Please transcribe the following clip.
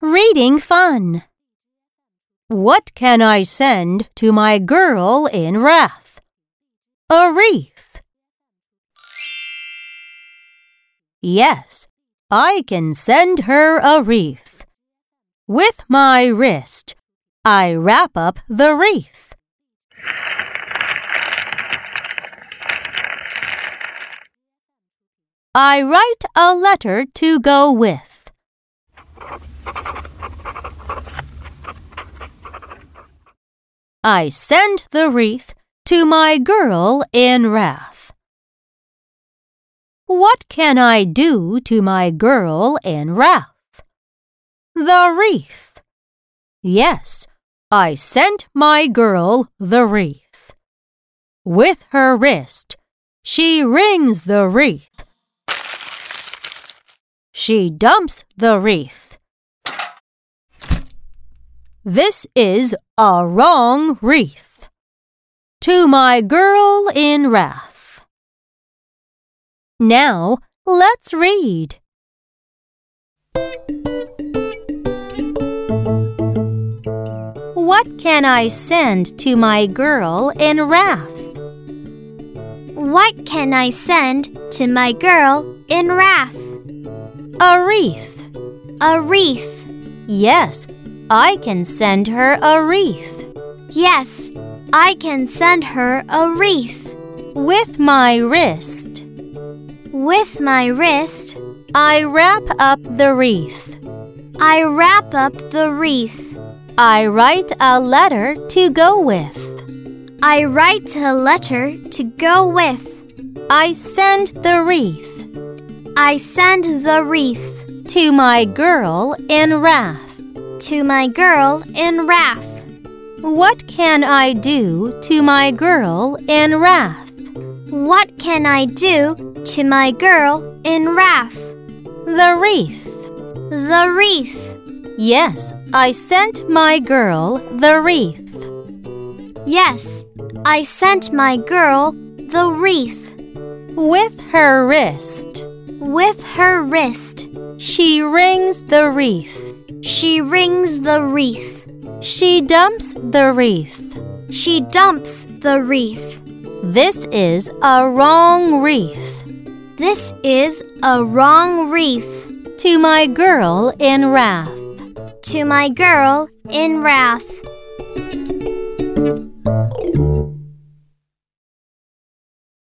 reading fun. What can I send to my girl in wrath? A wreath. Yes, I can send her a wreath. With my wrist, I wrap up the wreath. I write a letter to go with. I send the wreath to my girl in wrath. What can I do to my girl in wrath? The wreath. Yes, I sent my girl the wreath. With her wrist, she rings the wreath. She dumps the wreath. This is a wrong wreath. To my girl in wrath. Now, let's read. What can I send to my girl in wrath? What can I send to my girl in wrath? A wreath. A wreath. Yes, I can send her a wreath. Yes, I can send her a wreath. With my wrist, With my wrist, I wrap up the wreath. I wrap up the wreath. I write a letter to go with. I write a letter to go with. I send the wreath I send the wreath to my girl in wrath. to my girl in wrath. What can I do to my girl in wrath? What can I do to my girl in wrath? The wreath. The wreath. Yes, I sent my girl the wreath. Yes, I sent my girl the wreath. With her wrist, With her wrist, she rings the wreath. she rings the wreath. She dumps the wreath. She dumps the wreath. This is a wrong wreath This is a wrong wreath to my girl in wrath. to my girl in wrath.